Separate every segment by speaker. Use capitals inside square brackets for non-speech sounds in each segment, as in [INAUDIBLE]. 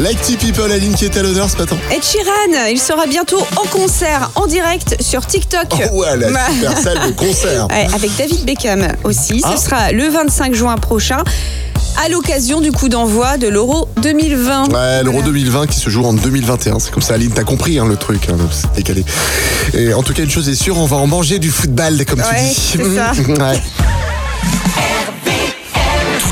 Speaker 1: L'Acti People, Aline qui est à l'honneur ce matin.
Speaker 2: Et Chiran, il sera bientôt en concert en direct sur TikTok.
Speaker 1: Oh ouais, la
Speaker 2: Ma-
Speaker 1: super salle de concert.
Speaker 2: [LAUGHS] Ouais, avec David Beckham aussi. Ce
Speaker 1: Ah.
Speaker 2: sera le 25 juin prochain, à l'occasion du coup d'envoi de l'Euro 2020.
Speaker 1: Ouais, l'Euro 2020 qui se joue en 2021. C'est comme ça, Aline, t'as compris hein, le truc, hein, c'est décalé. Et en tout cas, une chose est sûre, on va en manger du football, comme
Speaker 2: Ouais,
Speaker 1: tu dis.
Speaker 2: c'est ça.
Speaker 1: [LAUGHS] Ouais.
Speaker 3: Tous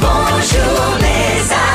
Speaker 4: bonjour les Ardennes.